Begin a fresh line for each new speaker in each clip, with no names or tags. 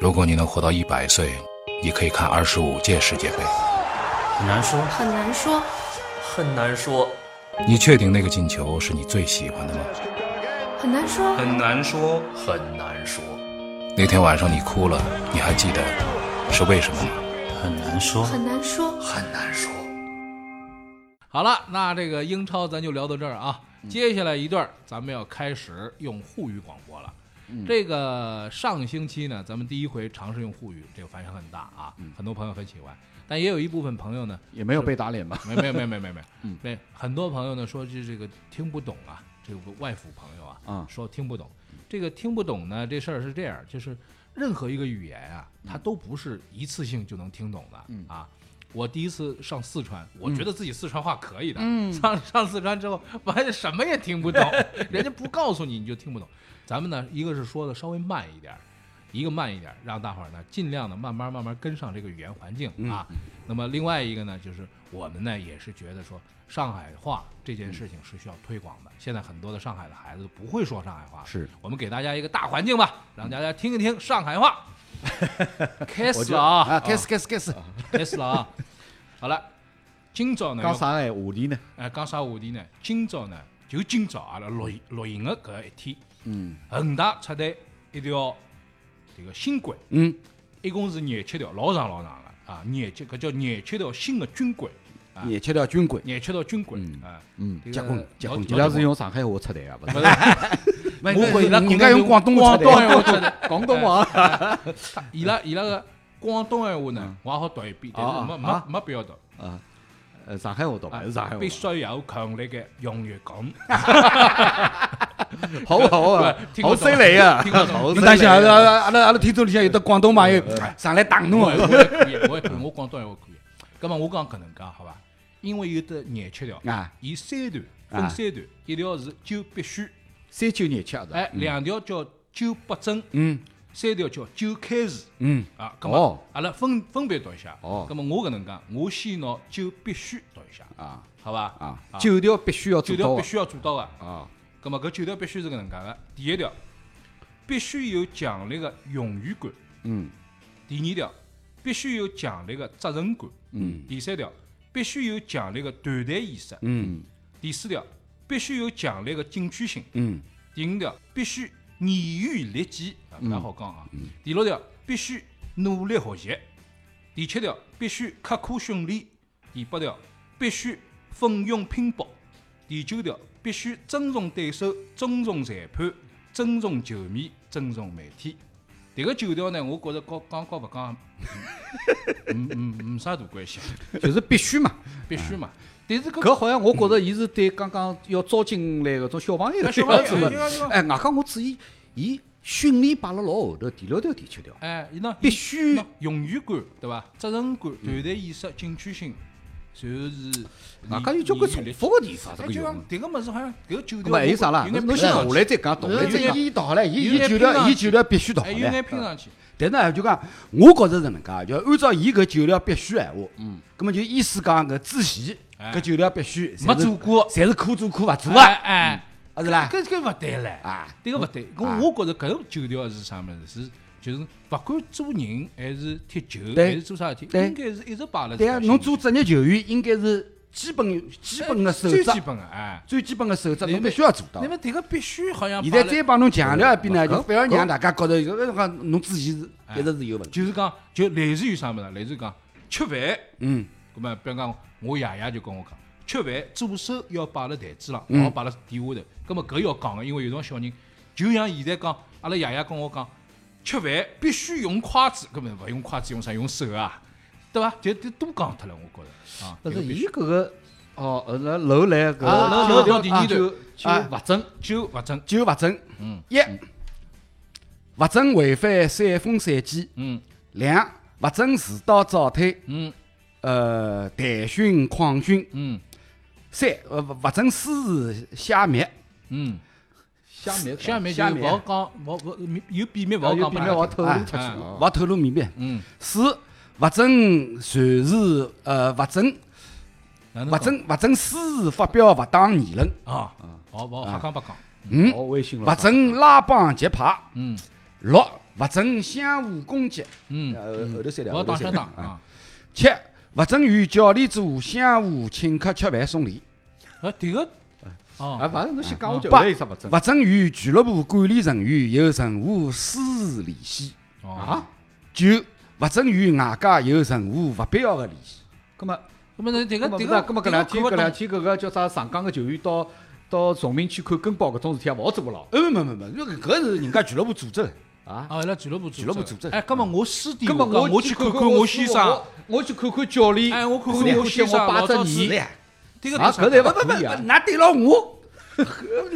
如果你能活到一百岁，你可以看二十五届世界杯。
很难说，
很难说，
很难说，
你确定那个进球是你最喜欢的吗？
很难说，
很难说，很难说，
那天晚上你哭了，你还记得是为什么吗？
很难说，
很难说。
很难说。
好了，那这个英超咱就聊到这儿啊。接下来一段，咱们要开始用沪语广播了。
嗯
这个上星期呢，咱们第一回尝试用沪语，这个反响很大啊，很多朋友很喜欢，但也有一部分朋友呢，
嗯也没有被打脸吧？嗯
没没有没有没有没有没有，对，很多朋友呢说这这个听不懂啊，这个外府朋友啊，
啊
说听不懂，这个听不懂呢，这事儿是这样，就是任何一个语言啊，它
嗯
都不是一次性就能听懂的、啊。我第一次上四川，
嗯
我觉得自己四川话可以的， 上上四川之后，发现什么也听不懂， 人家不告诉你你就听不懂。咱们呢，一个是说的稍微慢一点儿，一个慢一点儿，让大伙儿呢尽量的慢慢慢慢跟上这个语言环境啊。
嗯
那么另外一个呢，就是我们呢也是觉得说上海话这件事情是需要推广的。现在很多的上海的孩子都不会说上海话，
是嗯
我们给大家一个大环境吧，让大家听一听上海 话。kiss 了
啊
啊
，kiss kiss kiss，
，kiss 了啊。好了，今朝呢，
刚啥哎，话题呢？
诶，讲啥話題呢？今朝呢，就今朝阿拉錄錄影嘅搿一天，嗯，恒大出台一條迭個新規，
嗯，
一共是廿七條，老長老長嘅啊，廿七搿叫廿七條新嘅軍規，啊
也切掉军规，
廿七條軍規
嗯
啊，
嗯，
迭
结
個
棍结棍
老
伊拉是用上海话出来啊，不是？
老
不会
伊拉
你
肯
应该
定
用
是
广东话
广
出
东
来
話出來
广东话，
伊拉伊拉個廣東話呢，我也好讀一遍，但是
啊
沒沒
啊
沒必要讀。
呃，上海话读
啊
哎
还是上海
必
话？
須有強烈嘅優越感。
好好啊
對，
好犀利啊，
聽我懂
好
侬
犀
担
利
心阿拉
啊！
阿拉阿拉听众里向有的广东朋友上来 打侬
我也
啊！
可以，我也可以，我广东闲话可以。咁么我讲搿能介好伐？因为有得廿七条
啊，
伊三段分三段，一条是九必须，
三九廿七啊，
哎，两条叫九不争，
嗯
三条叫九开除。
嗯，
啊，咁
哦
么阿拉分分别读一下。
哦
咁么我搿能介，我先拿九必须读一下，
啊
好伐？
啊
啊，
九条必须要
九
做
条
到
必
啊！
须要做到个。
啊，
咁么搿九条必须是搿能介个，第一条必须有强烈个荣誉感。
嗯
第二条，必须有强烈的责任感。
嗯。
第三条，必须有强烈的团队意识。
嗯
第四条，必须有强烈的进取心。
嗯
第五条，必须严于律己，啊，
嗯
不大好讲啊。第六条，必须努力学习。第七条，必须刻苦训练。第八条，必须奋勇拼搏。第九条，必须尊重对手，尊重裁判，尊重球迷，尊重媒体。迭个九条呢，我觉着跟讲跟勿讲， 嗯嗯嗯，没啥大关系，
就是必须嘛。
必须
啊
嘛。但是搿
搿好像我觉着伊是对刚刚要招进来搿种小朋友
小朋友
要做的
哎对啊对啊
哎，外加我注意，伊训练摆了老后头，第六条、第七条，
哎，伊呢
必须
喏荣誉感，对伐？责任感、
嗯
团队意识、进取心，然后是
外加有交关重复的地方，
哎
这个
就
有
讲。迭个物事好
啊
像迭个九
搿
条，
么还有啥啦？
有眼
侬
拼
先
上
读
去
下来再讲，读
我
下来
这
再
个
讲。
伊读下来，伊
有眼
伊九
拼上
条，
去
伊九条必须读下
哎，有
啊
眼
来。
拼上去，
但是呢，就讲，我觉着是能介，就按照伊搿九条必须闲话，嗯，葛么就意思讲搿之前
哎
搿九条必须
没做过，
侪是可做可勿做
哎
啊，
哎，
啊是啦，
搿搿勿对唻，
啊，
迭个勿对。
啊
搿我觉着搿九条是啥物事？是就是勿管做人还是踢球还
对
是做啥事体，
对
应该是一直摆辣自
对
家
啊，
心里。
侬做职业球员应该是基本基本的哦守
最
则
基，本个哎。
最基本的守则
那么
侬必须要做到
那。么迭个必须好像
现在
摆辣
再帮侬强调一遍
啊
呢，
搿
就不要让大家觉得就是讲侬之前是
哎
一直是有问题。
就是讲，就类似于啥么子，类似于讲吃饭，
嗯，
咁么比如讲，我爷爷就跟我讲，吃饭左手要摆辣台子上，勿好摆辣底下头。咁么搿要讲个，因为有种小人，就像现在讲，阿拉爷爷跟我讲，吃饭必须用筷子，根本勿用筷子用啥用手啊，对伐？就就都讲脱了，我觉着啊，
不
这
是
个必
伊
须
搿个哦，后来楼来搿
啊
楼
九
楼
条
到第二
就就
啊
勿准，
就勿准，
九勿准，
嗯
一勿准违反三风三纪，
嗯
两勿准迟到早退，
嗯
呃，怠训旷训，
嗯
三勿勿勿准私事泄密，
嗯，
下面
下面就
下面
勿好讲，勿勿有秘密勿
要
好
有
哦讲
避
拨
免
人
我
听，
透露出去
哎
哦。
勿透露秘密，
嗯，
四勿准传事，呃，勿准
哪能
勿
讲
准勿准私事发表勿当言论，
啊，哦，勿好瞎讲八讲，
五
哦，微信了
勿准拉帮结派，
嗯
六勿准相互攻击。
嗯
呃，后头三条。
我要
后头
打
三
相
条
打啊！
七，勿准与教练组相互请客吃饭送礼。
啊，这个啊
啊，，反正侬先讲，我就
八
有啥不
嗯
准
勿准与俱乐部管理成员有任何私事联系。
哦，
啊？
九，勿准与外界有任何勿必要的联系。
那么
那么这个
那么
这
不是
个
啊，那么搿两天搿两
天
天搿个叫啥上港个球员到到崇明去看根宝搿种事体也勿好做了
呃，没没没，因为搿是人家俱乐部组织的。
啊。
啊，伊拉俱乐部组
俱乐部组织
哎，那么我师弟，
那么
我
啊我
去
看
看看我
师
先
傅
生，，
我我去看看教练，
哎我看看
看
我先生
我
老
八
早
只
子
泥，
这个
啊，
这个
搿才
不
勿
不
可以
不，
啊！
那对牢我，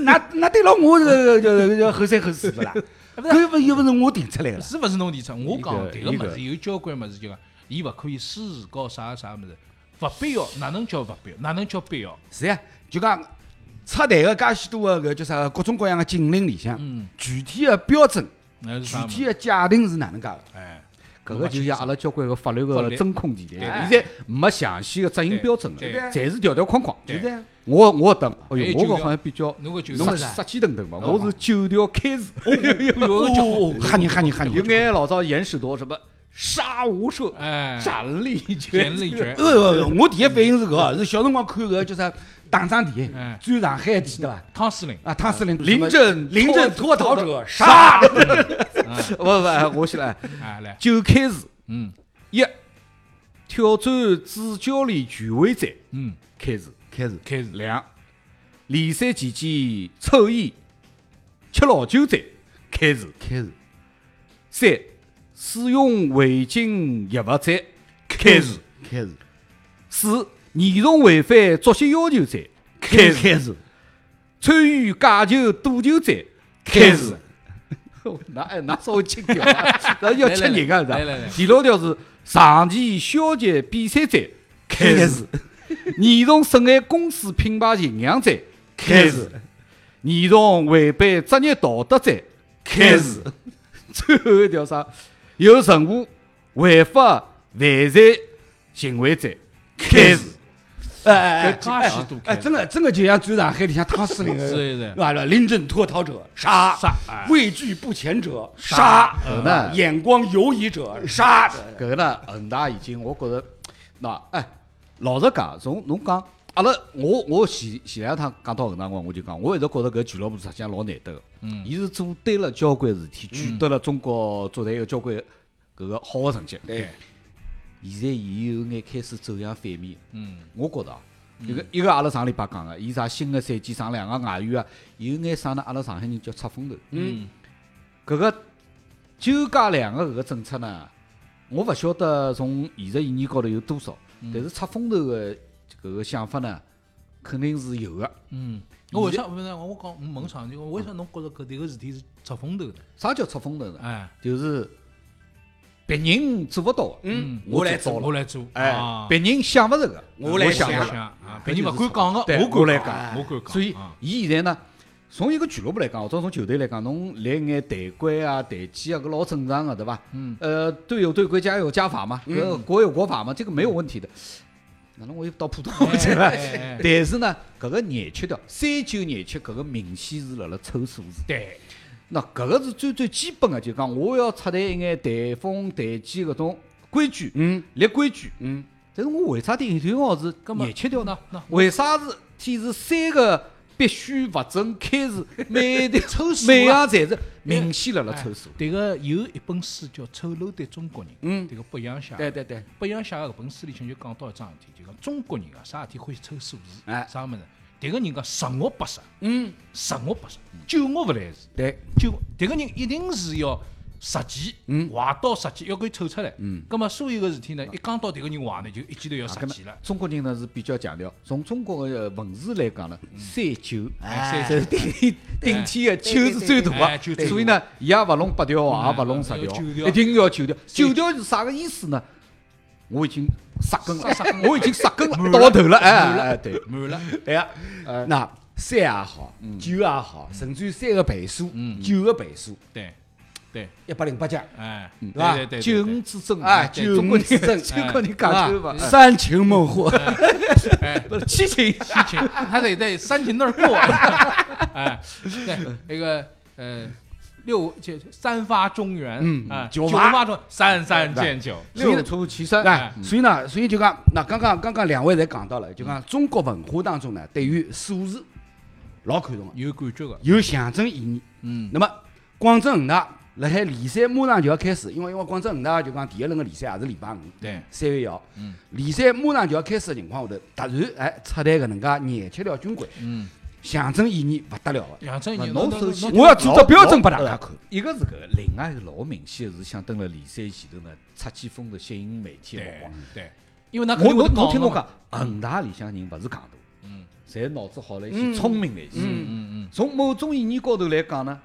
那那对牢我这这这后三后四 不啦？搿勿又勿是我啊定出来的啦。
是勿是侬提出？我讲迭
一
个
个
物事有交关物事，就讲伊勿可以私事搞啥啥物事，勿必要，哪能叫勿必要？哪能叫必要？
是呀，就讲出台个介许多个搿叫啥个各种各样的禁令里向
嗯，
具体的标准、
那是
具
啥物
体
事？
的界定是哪能介的？
哎，
搿个就是阿拉交关个法律哎
法
个
律
真空地
对
带，现在没详细个执行标准了，
对
侪是条条框框。
对
现在我我等，哎
哎
呦，
九
我
条
搿好像比较，
侬搿九条
侬是哦杀鸡等等伐？我是九条开始，
哦，吓人吓人吓
有
人！
眼老早严史铎什么杀无赦，
哎，
斩立决，
权力权，
呃，我第一反应是搿个，是小辰光看搿个叫啥《打仗电影
嗯
哎》，
追上海记得伐？
汤司令，
啊，汤司令，
临阵
临阵脱逃
脱逃
者杀！
不不，哎我先来，
哎来，
九开始
嗯
一挑战主教练权威战
嗯，
开始，
开始，
开始
两联赛期间抽烟、吃老酒战开始，
开始，
三使用违禁药物战开始，
开始，
四严重违反作息要求战开始，
开始，
参与假球、赌球战开始。那哎，那稍微轻点 啊，那要吃人啊，
来来来来
是吧？第六条是长期消极比赛战开
开
始，严重损害公司品牌形象战开始，严重违背职业道德战开始，最后一条啥？ 有任何违法犯罪行为者开始。
哎哎哎，
搿介许多开
哎，
始，
真的，真的就像追上海里向汤 司
哎
令的，
是的
完了，临阵脱逃者杀，
杀哎
畏惧不前者杀，
嗯那
眼光游移者杀，
搿个呢，恒大已经，我觉着，那哎，老实讲，从侬讲，阿拉我我前前两趟讲到恒大辰光，我就讲，我一直觉着搿俱乐部实际上老难得个，嗯，伊是做对了交关事体，取得了中国足坛有交关搿个好个成绩，
对，
现在伊有眼开始走向反面，
嗯，
我觉着啊。一个一个，阿拉上礼拜讲个，伊啥新个赛季上两个外援啊，有眼啥呢？阿拉上海人叫出风头。
嗯，
搿个九加两个搿个政策呢，我勿晓得从现实意义高头有多少，
嗯
但是出风头个搿个想法呢，肯定是有个。
嗯，我为啥不是我讲我问上句，我为啥侬觉着搿迭个事体是出风头呢？
啥叫出风头呢？
哎，
就是别人做勿到个，
嗯
我来
做，
做
我
了，
来做，
哎
啊，
别人想勿着个，
我来
想
想
了
想啊，别人勿
搿就是
敢讲个，
对
我
来
敢
讲
我敢讲，
所以
啊
伊现在呢，从一个俱乐部来讲，或者从球队来讲，侬来眼队规啊、队纪啊，搿老正常个，对伐？
嗯，
呃，队友队规家有家法嘛，呃，国有国法嘛，这个没有问题的。哪能我又到普通话去了
哎哎哎？
但是呢，搿个廿七条三九廿七，搿个明显是辣辣凑数字。
对，
那搿个是最最基本的，就讲我要出台一眼台风、台纪搿种规矩、
嗯
立规矩。
嗯，
但是我为啥顶头号是
搿么
廿七条呢？
那那
为啥是天是三个必须勿准开除？每一条
凑数
每
啊
样侪是明显辣辣凑数
哎。迭个有一本书叫《丑陋的中国人》，
嗯
迭个北洋写的，
对对对，
北洋写的搿本书里向就讲到一桩事体，就讲中国人啊，啥事体欢喜凑数字
哎，
啥物事，迭个人讲十恶不赦，
嗯，
十恶不赦，九恶勿来事，
对，
九迭个人一定是要实际，坏到实际要给伊凑出来，嗯，葛末所有个事体呢，一讲到迭个人坏呢，就一记头要
啊
实
搿么
际了，
中国人呢是比较强调，从中国的文字来讲呢，三九
嗯哎
这是顶天顶天的九是最大
哎九
的，
最大
所以呢，伊也勿弄八条，也
嗯
勿弄十
要九
条，
条
一定要九条。九条是啥个意思呢？我已经杀根了，我已经杀根了，到头了，哎哎对，
满了，
对呀，那三也好，九也好，甚至于三个倍数，九个倍数，
对，对，
一百零八家，
哎，对
吧
对对，对
九五之争
哎
对
九五
中国人
之争
中国人讲究
啊
哎
嘛，
三擒孟获，
不是七情
西 芹， 他得在三秦那儿过。哎，对，那个呃，六这三发中原，
嗯
啊，
九发
发中三三见九，
六出其三，
哎
哎，
所以呢，所以就讲，那刚刚刚刚两位侪讲到了，就讲中国文化当中呢，对于数字老看重的，
有感觉的，
有象征意义。
嗯，
那么广州恒大辣海联赛马上就要开始，因为因为广州恒大就讲第一轮个联赛也是礼拜五，
对
三月一号，联赛马上就要开始的情况下头，突然哎出台搿能介廿七条军规，
嗯，
象征意义勿得了啊的。
杨振宁，
侬首先，
我要制作标准拨大家看
老。
哎
一个是搿个，另外一个老明显是想蹲辣联赛前头呢，擦起风头吸引媒体的目
对
光。
对，因为那肯定会
我侬侬
搞
听我
嘛，
讲，恒大里向人勿是戆大，嗯，侪脑子好了一些，聪明了一些。
嗯嗯，
从某种意义高头来讲呢，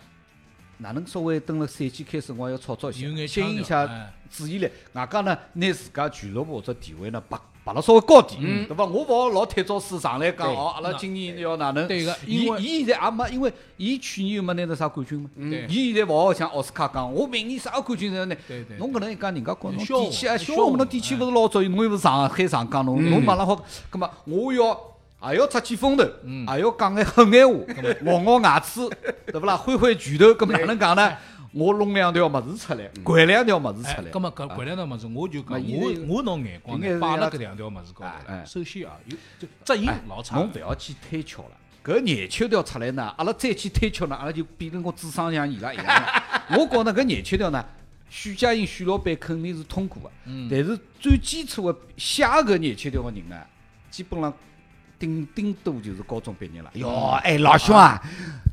哪能稍微蹲辣赛季开始辰光要炒作一
有眼
下，吸引
腔调
一下
哎
注意力，外加呢拿自家俱乐部或者地位呢拔拔了稍微高点，对伐？我勿好老铁照水上来讲
嗯对
哦，阿拉
那
今年要哪能？
对个
伊
因为嗯
伊现在也没，因为伊去年又没拿到啥冠军嘛，
对
伊现在勿好像奥斯卡讲，我明年啥冠军才能拿
对对？
侬搿能一讲，人家觉得侬
笑
底气啊，
话
笑
笑
话嘛，
话
侬底气勿是老足，侬又勿是上海上港，侬侬马上好，葛末我要。也要出起风头，也要哎讲眼狠闲话，咬咬牙齿，对勿啦？挥挥拳头，葛末哪能讲呢？我弄两条物事出来，掼两条物事
哎
出，来
葛。么搿搿两条物事，我就讲，
那现在
我我拿眼光
应该
呢
是
摆辣
要
搿两条物事高
哎
头，首先啊，有就阵营
哎
老差
侬，勿要去推敲了。搿廿七条出来呢，阿拉再去推敲呢，阿拉就变成跟智商像伊拉一样 了。我觉着搿廿七条呢，许家印许老板肯定是通过的，
嗯
但是最基础的写搿廿七条个人呢，基本上顶顶多就是高中毕业了。
哟，哎，老兄啊，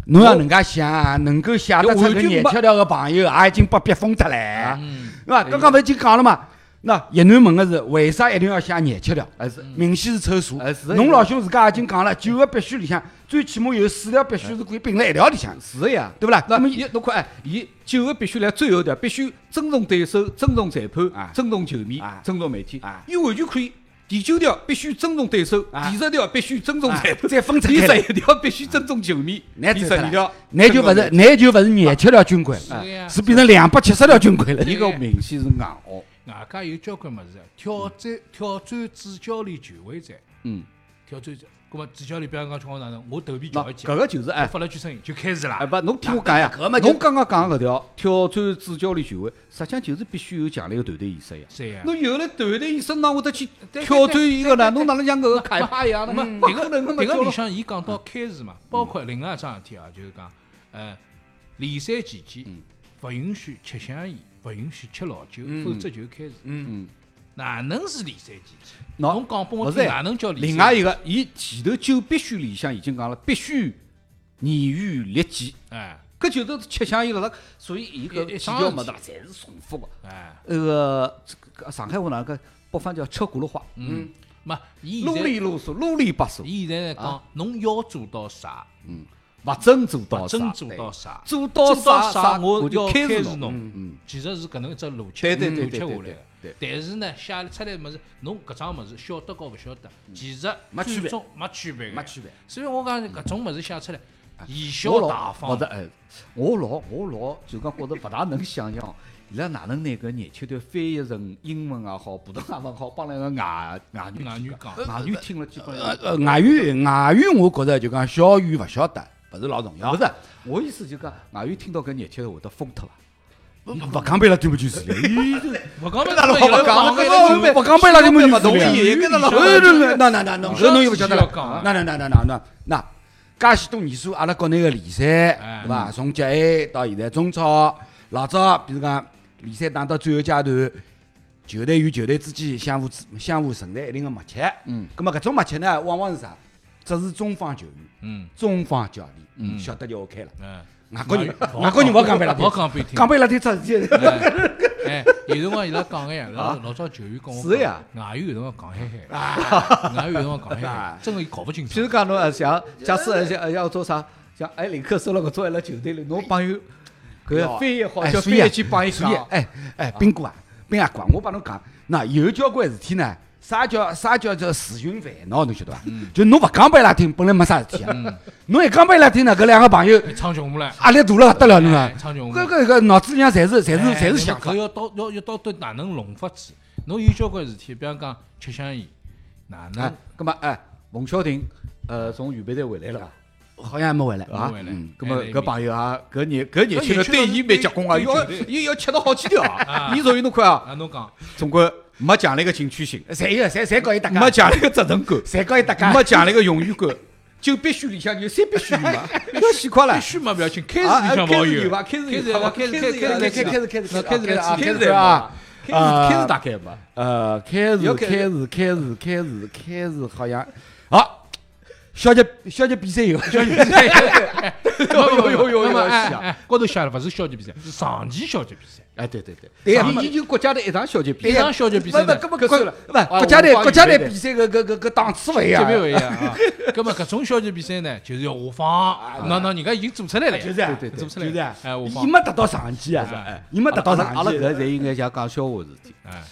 侬要能介想啊，能够写得出
完
搿
全
廿
没
七条个朋友，啊也已经被逼疯脱了，
嗯，
对伐？
哎
刚刚勿是已经讲了嘛？那叶楠问个是为啥一定要写廿七条？
还哎是
明显是凑数
哎是。的
侬老兄自家已经讲了，九个必须里向最起码有四条必须是可以并辣一条里向的，
是的呀，
对勿啦？
那
那
么
么
伊侬看，哎，伊九个必须来最后的，必须尊重对手、尊重裁
啊
判、尊重球迷
啊、
尊重媒体
啊，
伊完全可以。第九条必须尊重对手，
啊
第十条必须尊重裁判，
再分拆
第
开
十
来
一条必须尊重球迷，
拿
第
走脱了
十二条
那就勿
尊重
是，那就勿是廿七条军规哎
是的呀
了，是变成两百七十条军规了。
媒体。伊个明显是硬熬，
外加有交关物事，挑战挑战主教练权威者，
嗯，
挑战者，啊葛么主教练，比方讲叫我哪能，我头皮
那
翘一
搿
翘，
个就是哎
发了句声音就开始
哎
了，
不，侬听我讲呀，
啊搿么就
侬刚刚讲搿条挑战主教练权威，实际上就是必须有强烈的团队意识呀。
是啊
嗯
呀，
侬有了团队意识，那会得去
对
挑战
对
伊个呢？侬哪能像搿个凯帕一样的嘛？
迭
迭
个
能
迭个里向，伊讲
嗯
到开始嘛，包括另外一桩事体啊，就是讲，呃，联赛期
嗯
间勿允许吃香烟，勿允许吃老酒，否则就开除。
嗯，
哪能是联赛期间？
喏
侬讲拨
勿
我
是
听，哪能叫联赛？
另外一个，伊前头就必须里向已经讲了，必须严于律己，
哎
搿就是吃香烟了。所以伊搿
一一
几条物事
桩
侪是重复的。
哎，
那个这个上海话哪个北方叫吃葫芦话，
嗯，嘛，伊
啰
现
里
在
啰嗦，啰里吧嗦，
伊现在讲，
啊
侬要做到啥，
勿准做到啥，
真做到啥？
做到
做到
啥，
我
就
要
开
始
弄。
弄。其实是搿能一只逻辑，
对对对
逻辑
对对
下
对
来
对
的。但是呢，写出来的物事，侬搿桩物事晓得和勿晓得，其实
没区别
最终没区别个，
没区别。
所以我讲搿种物事写出来，贻
我
笑
老
大
勿
方
是。哎，我老我老就讲觉得勿大能想象，伊拉哪能拿搿廿七条翻译成英文也好，普通话也好，帮那个外外语
外语讲
外语听了基本
呃
上。
呃，外语外语，我觉着就讲小语勿晓得，勿是老重要。
勿是，我意思就讲，外语听到搿廿七条会得疯脱伐？
勿讲白了，对不起，是的。
勿讲嘛，
老勿讲
勿
勿
讲
讲
我刚背了这么句
东西，搿老
那那那那，搿侬又勿晓得了。那那那那那那那，介许多年数，阿拉国内个联赛，对伐？从甲 A 到现在中超，老早比如讲联赛打到最后阶段，球队与球队之间相互相互存在一定的默契。嗯。葛末搿种默契呢，往往是啥？只是中方球员、
嗯
中方教练晓得就 OK 了。
嗯，
外国人，外国人勿讲白了，
勿讲俾听
讲。白了天出事体。
哎，有辰光伊拉讲哎，老老早球员跟我
是呀
讲，外语有辰光讲嘿嘿，外语有辰光讲嘿
啊
嘿，真个伊搞勿清楚
譬。如讲侬呃像，假使呃像呃要做啥，像埃里克收了个做埃拉球队里，侬帮伊搿个翻译好，
哎
叫
所
翻
以啊
译去帮伊
所以
讲，
哎哎，斌哥啊，斌阿哥啊，我帮侬讲，那有交关事体呢。啥叫啥叫叫自寻烦恼，侬晓得伐？
嗯
就侬勿讲拨伊拉听，本来没啥事体啊。侬一讲拨伊拉听呢，搿两个朋友
苍穹木唻，
压力大了勿得了，侬
哎
讲。
苍穹木
搿搿搿脑子里向侪是侪是
哎
侪是
侬
想法
搿。要到要要到底哪能弄法子？侬有交关事体，比方讲吃香烟，哪
哎
能？，
葛末哎，冯潇霆呃从预备队回来了伐？
好像还没回来
啊
没回，来
嗯，
还
那么
在
搿朋友啊，搿年搿年轻
搿年
人
轻
对
人
伊蛮
对
结棍啊，
对
要
绝
伊要吃到好几条啊，
啊
伊属于侬看啊，
啊，侬讲，
总归没强烈个进取心，
侪有，侪侪搞伊搭
没
家，
强烈个责任感，
侪搞伊搭家。
没强烈个荣誉感，就必须里向有三必须有 嘛，要死快了
必。须嘛不要紧，开
啊
始里
啊
向
开
没
始有
有，
吧，开始
开始
有吧，
开始
开始有吧
开
开
始
始
开
开
始
始开始
那开始来
啊
吃
开
开
始
始
啊，
开始开始大概吧。
呃，开
要
始
开
开始开始开始开始好像好，小姐小姐比赛有，小姐比赛
有有有
那么
有
哎
是啊！
哎，高头写了不是消极比赛，是长期消极比赛。
哎，对对对，
对
上年就国家队一场小级比
一
赛，
场小级比赛
不
呢
不，根本
搿
国
算了
不
啊
国家队
我帮你
国家队
对对
比赛个个个个档次不一
级
样
别，不一样啊。那么搿种消极比赛呢，就是要下放，那那人家已经做出来了呀，
就是啊
对对对
做出
就
来
是
了
啊，，
哎，下
伊
放，
没达到上级啊，伊没达到上
哎阿拉
级
搿。侪应该像讲笑话事体，
哎，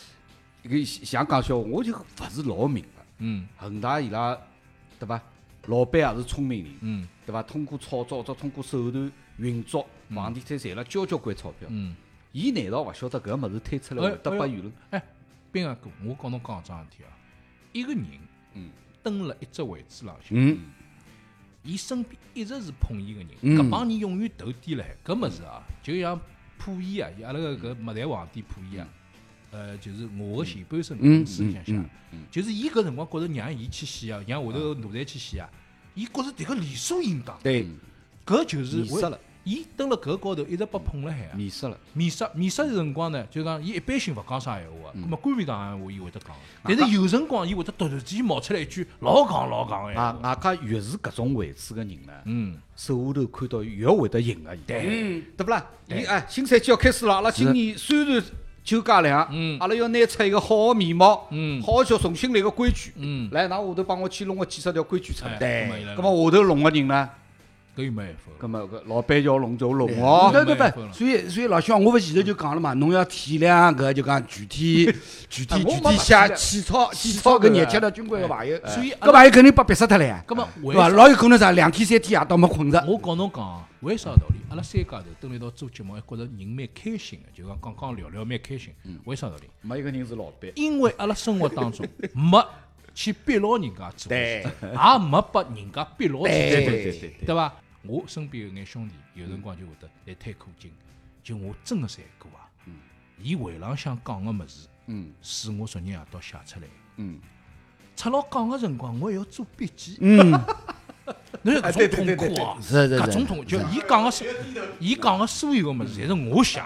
搿像讲笑话，我就勿是老明白。
嗯
恒大伊拉对伐？老板也是聪明人，
嗯
对伐？通过炒作或者通过手段运作，房地产赚了交交关钞票。
嗯。
伊难道勿晓得搿物事推出来
哎
会得拨舆论？
哎，斌啊哥，我跟侬讲一桩事体啊，一个人，
嗯，
蹲辣一只位置浪向，
嗯，
伊身边一直是捧伊个人，
嗯
搿帮人永远头低了海，搿物事啊，就像溥仪啊，伊阿拉个搿末代皇帝溥仪啊，呃，就是我个前半生搿本书里向
嗯嗯嗯嗯
写，就是伊搿辰光觉着让伊去死啊，让下头奴才去死啊，伊觉着迭个理所应当，
对，
嗯
搿就是
迷失了，
伊蹲辣搿高头一直被捧辣海啊。
迷失了。
面试面试的辰光呢，就讲伊一般性勿讲啥闲话啊，咁么官方讲闲话伊会得讲，但是有辰光伊会得突然之间冒出来一句老讲老讲的闲
外
话，
外加越是搿种位置个人呢，
嗯，
手下头看到越会得赢个伊。
对，
对不啦？伊哎，新赛季要开始了，阿拉今年虽然就加量，
嗯
阿拉要拿出一个好的面貌，
嗯
好好叫重新来个规矩，
嗯
来，那下头帮我去弄个几十条规矩出来，
哎咁么伊拉
咁么下头弄个人呢，
搿又没办法
咁
了，
么搿老板就要弄就弄
哦，
哦，
对对对，所以所以老兄，我勿前头就讲了嘛，侬要体谅搿就讲具体 具
哎
体具体写起草起草搿廿七条军规个朋友，
哎
所以阿
搿
拉，
朋友肯定被逼死脱了呀，
咁么为
对伐？
啥？
老有可能啥两天三天夜到没困着，
我告侬讲啊，为啥道理？阿拉三家头蹲辣一道做节目，还觉着人蛮开心的，就讲讲讲聊聊蛮开心，为啥道理？
没一个人是老板，
因为阿拉生活当中没去逼牢人家做事情，也没把人家逼牢去做事情，
对对
对对对
对伐？我身边有眼兄弟，有辰光就会得来推苦劲，就我真个赚过啊。伊回浪向讲个物事，
嗯
是我昨日夜到写出来的。
嗯，
出牢讲个辰光，我还要做笔记。
嗯，
侬有搿种痛苦啊！
是是是
搿种痛苦，就伊讲个所，伊讲个所有个物事，侪是我写个。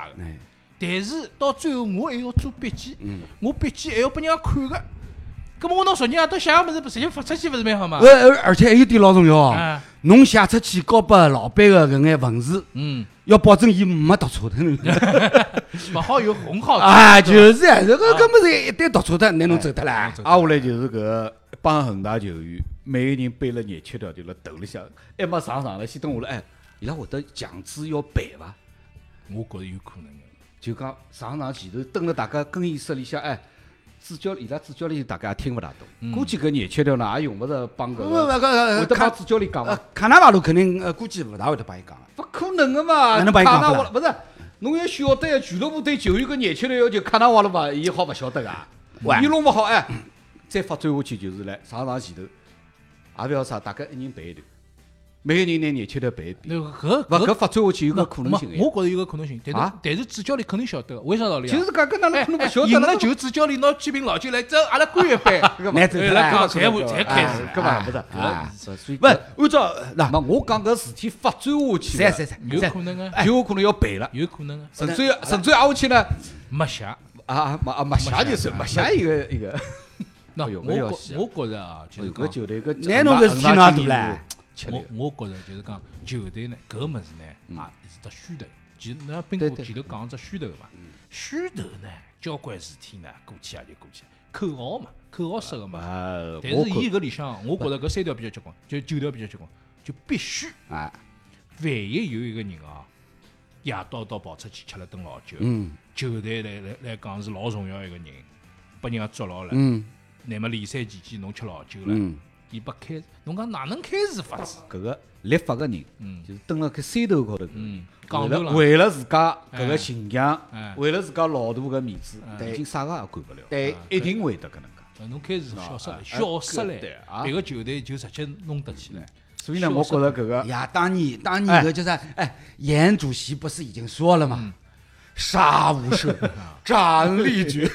但是到最后，我还要做笔记，
嗯
我笔记还要拨人家看个。葛么我拿昨日夜到写个物事，直接发出去，勿是蛮好嘛？
而呃而而且还有点老重要哦
啊，
侬写出去交拨老板个搿眼文字，
嗯，
要保证伊没读错的。
勿好有红号
啊，就是啊，哎这个搿么是一旦读错的，拿侬走得啦。
挨啊下来就是搿一帮恒大球员，每个人背了廿七条，就辣头里向，还没上场了，先等下来，哎，伊拉会得强制要背伐？
我觉着有可能个。
就讲上场前头蹲了大家更衣室里向，哎，主教伊拉主教练大家也听勿大
嗯
懂，估计搿廿七条呢也用勿着帮搿
不不
个，
搿
会
搿
得
卡
帮主教练讲
呃
伐？
卡纳瓦罗肯定呃估计勿大会得帮伊讲的。
勿可能个嘛，
哪能帮伊讲
卡纳
法
瓦
啦
勿是，侬要晓得呀，俱乐部对球员搿廿七条要求，卡纳瓦了嘛，伊好勿晓得
喂
个，伊弄勿好哎，再发展下去就是来上场前头，也勿要啥，大家一人背一段，每个人拿廿七条背一遍，
那个
勿
搿
搿发展下去有搿可能性
没
个
我觉
呀，
着有个可能性，但是
啊
但是主教练肯定晓得个，为啥道理啊？
就是讲搿哪能
哎
可能勿晓得
赢
了
了
呢
就主教练拿几瓶老酒来，这阿拉
啊
干一 杯，
拿走
哎
脱
来
啦
讲，。才会才开始
哎，搿嘛勿是
啊
搿，所以
勿
搿
按照那，
那我讲搿事体发展下去
是
了，
是是，
有
是
可能啊，
哎有可能要赔了，
有可能啊，
甚至于甚至于挨下去呢，
没写。
啊啊没啊没下就是没下一个一个，
那
哎呦
我
搿要
觉
死
我觉着啊，就是
搿
讲，
球队搿
拿侬搿事体哪大唻？
吃力嗯
我，我觉着就是讲，球队呢，搿物事呢，啊，是只虚头。其实，那斌哥
对对嗯
前头讲只虚头嘛，虚头呢，交关事体呢，过去也就过去了，口号嘛，口号式个嘛。
啊，
但是伊搿里向，我觉着搿三条比较结棍，就九条比较结棍，就必须
啊，
万一有一个人啊，夜到到跑出去吃了顿老酒，
嗯
球队来来来讲是老重要一个人，被人家捉牢了，
嗯
那么联赛期间侬吃老酒了，
嗯，
伊不开，侬讲哪能开除法子？
搿个立法个人，就是蹲辣搿山头高头，
嗯，
为
讲头
了
了，
为了自家搿
哎
个形象
哎，
为了自家老大搿面子，
对
已经啥个也管勿了，
对
一定会得搿能介。
侬开除消失
啊
了，
哎
消失
对
了
啊，
别个球队就直接弄得起来。
所以呢，我觉着搿个
哎呀，当年当年搿就是哎，嗯严主席不是已经说了吗？杀无赦， 斩立决。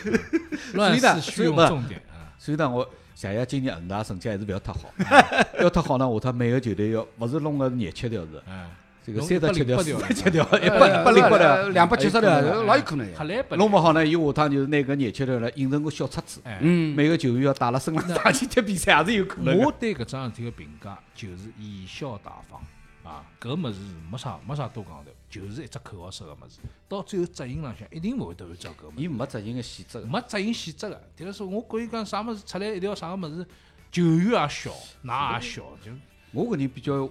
乱
所以
四
呢所
虚
以
用
不
重点啊，
所以呢，我谢谢今年恒大成绩还是不要太好， 要太好呢，下趟每个球队要勿是弄个廿七条是，
哎，
这个
弄
三十七条、
180
四十七条、一
一
百
啊
一百零八条、
两百七十条，老有
哎
可能的。
哈啊来不
弄勿好呢，伊下趟就是拿搿廿七条来印成个小册子，
哎，
嗯，
每个球员要带了身
嗯
浪打去踢比赛也是有可能
我
的。
对搿桩事体个评价就是以小打方啊，搿物事是没啥没啥多讲头，就是一只口号式个物事，到最后执行浪向一定勿会得按照搿物
伊
事，
没执行个细则的，
没执行细则个。但是我觉伊讲啥物事出来一条啥个物事，球员也小，㑚也小，就
我搿人比较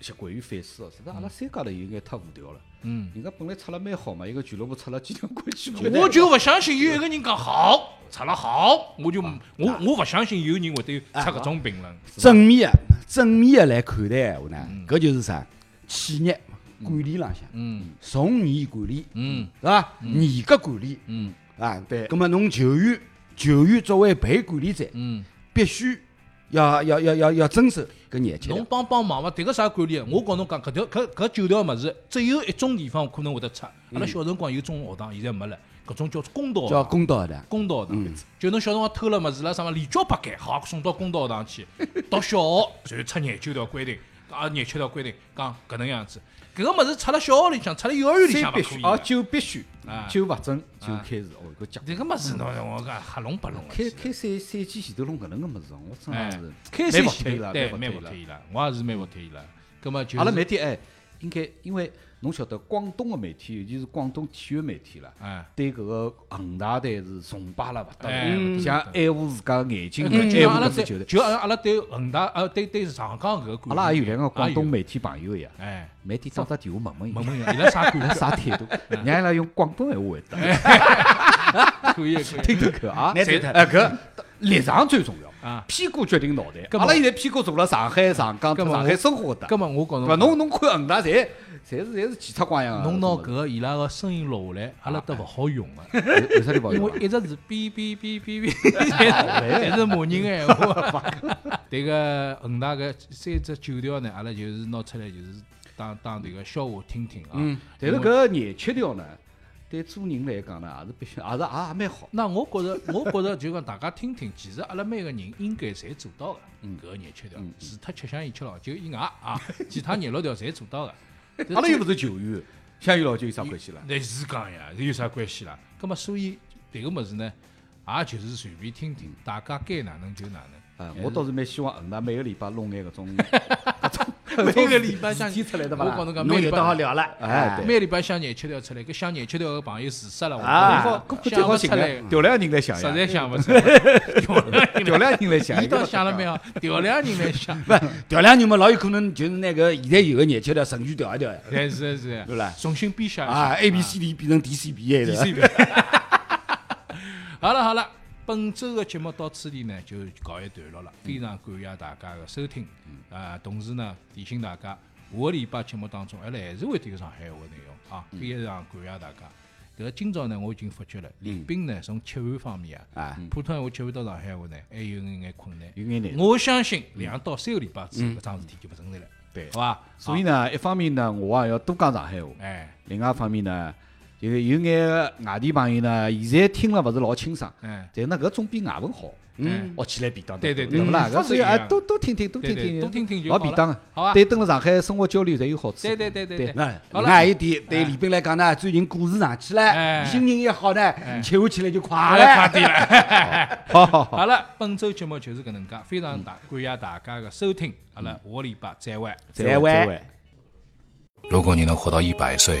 习惯于反思哦，实际上阿拉三家头有眼太无聊了。
嗯，
人家本来出了蛮好嘛，一个俱乐部出了几条规矩，
我就勿相信有一个人讲好，出了好，我就
啊
我我勿相信有人会得出搿种评论。
正面的正面的来看待闲话呢，搿就是啥企业管理浪向，
嗯
从严管理，
嗯
是吧？严格管理
嗯
啊，
对
葛末侬球员，球员作为被管理者，
嗯，
必须要要要要要遵守搿廿七
侬
条。
帮帮忙伐？迭个啥管理啊？我告侬讲，搿条搿搿九条物事，只有一种地方可能会得出。阿拉小辰光有中学堂，现在没了。搿种叫公道
嗯叫
学堂，
公嗯道的，
公道学堂。就侬小辰光偷了物事啦，啥么连教八改，好送到公道学堂 去。到小学，然后出廿九条规定，啊廿七条规定，讲搿能样子。搿个物事出了小学里向，出了幼儿园里
三
向勿
必
可
须
以
啊，
的。
九必须
啊，
九勿准就开始哦，搿结
迭个物事侬我讲瞎弄八弄的。
开开赛赛季前头弄搿能个物事，我真
哎
的是，
开
蛮
始
服气了，
对，
蛮
蛮
服
服
气了
气伊拉，我也是蛮服气伊拉。葛么就
阿拉媒
没
体哎，应该因为侬晓得广东个媒体，尤其是广东体育媒体啦，
哎。
对搿个恒大队是崇拜了勿得
哎
了，像爱护自家眼睛，
嗯
爱
就像阿
护
拉
搿支
对，
球队。
就阿拉阿拉对恒大呃对对上港搿个
阿
管
拉也有
理
两个广东
也有
媒体朋友呀，
哎，
每天打打电话问问伊
问
拉
问伊拉啥
伊拉
管
啥态度，让伊拉用广东闲话回答。
理，可以可
哎
以
听头看啊，
拿头看
哎搿立场最重要
啊。
屁股决定脑袋。
搿么
阿拉现在屁股坐辣上海、上港、
搿么
上
我
海生活的，
葛末我告
对
侬
伐？
讲，
侬侬看恒大，侪侪是侪是奇出怪样啊。
侬拿
搿
搿个伊拉个声音录下来，阿拉都勿好用 个，
有有啥地方
因
有
为
啊？
一直是哔哔哔 哔哔，侪是骂人个闲话。迭个恒大搿三只九条呢，阿拉就是拿出来就是当当迭个笑话听听啊。
但是搿廿七条呢，对做人来讲呢，也是必须，也是也也蛮好。
那我觉着，我觉着就讲大家听听，其实阿拉每个人应该侪做到个，搿个廿七条，除脱吃香烟吃老酒以外啊， 其他廿六条侪做到个。
阿拉又勿是球员，香与老酒有啥关系啦？
那是讲呀，有啥关系啦？葛么所以迭个物事呢，也就是随便听听，大家该哪能就哪能。
啊，我倒是蛮希望恒大每个礼拜弄眼搿 种，每
每个礼拜
像
像
提出来的
我
吧
讲？侬讲，
侬
每
有
礼
得好
拜
聊了，
哎，对。
每礼拜想廿七条出来，搿想廿七条个朋友自杀了，我
最
啊
好
觉得
最好
想
寻
勿出
个
来，
调两个人来想
实
呀，
在想勿出 来。
调两个人来想。
你倒想了没有？调两个人来想。
调两年嘛，老有可能就是拿搿现在有个廿七条顺序调一 调呀，
对是是，
对啦
重新编写一下
啊，A B C D 变成 D C B A 的。
好了好了，本周的节目到此地呢就告一段落了，
嗯
非常感谢大家的收听，啊，同时呢提醒大家，下个礼拜节目当中，阿拉还是会有上海话内容啊，
嗯
非常感谢大家。迭个今朝呢，我已经发觉了，李斌呢从吃饭方面啊
啊，
普通话吃饭到上海话呢，还有眼眼困难。
有眼嗯难度。
我相信两到三个礼拜之后，搿桩事体就勿存在了，
对
好吧？
嗯所以
呢，
呢，一方面呢，我也要多讲上海话；
啊哎，
另外一方面呢，就是有眼外地朋友呢，现在听了勿是老清爽，
嗯
但呢，搿总比外文好，
嗯，
学起来便当的
对对对
对勿啦？
嗯
搿所以
方式一
啊，
样
多多听听，多
对
听
对
听，
多听听就
老
好
便
了
当的
好啊
对，登了上海生活交流侪有好处。
对对对对对
那
好
哎另
了
外一点，对李斌来讲呢，最近股市上去
哎
了，心情也好呢，吃饭起来就快
哎快
了。
点了。
好好好，嗯
好了，本周节目就是搿能介，非常大感谢大家的收听，阿拉下个礼拜再会。
再会
再会。
如果你能活到一百岁，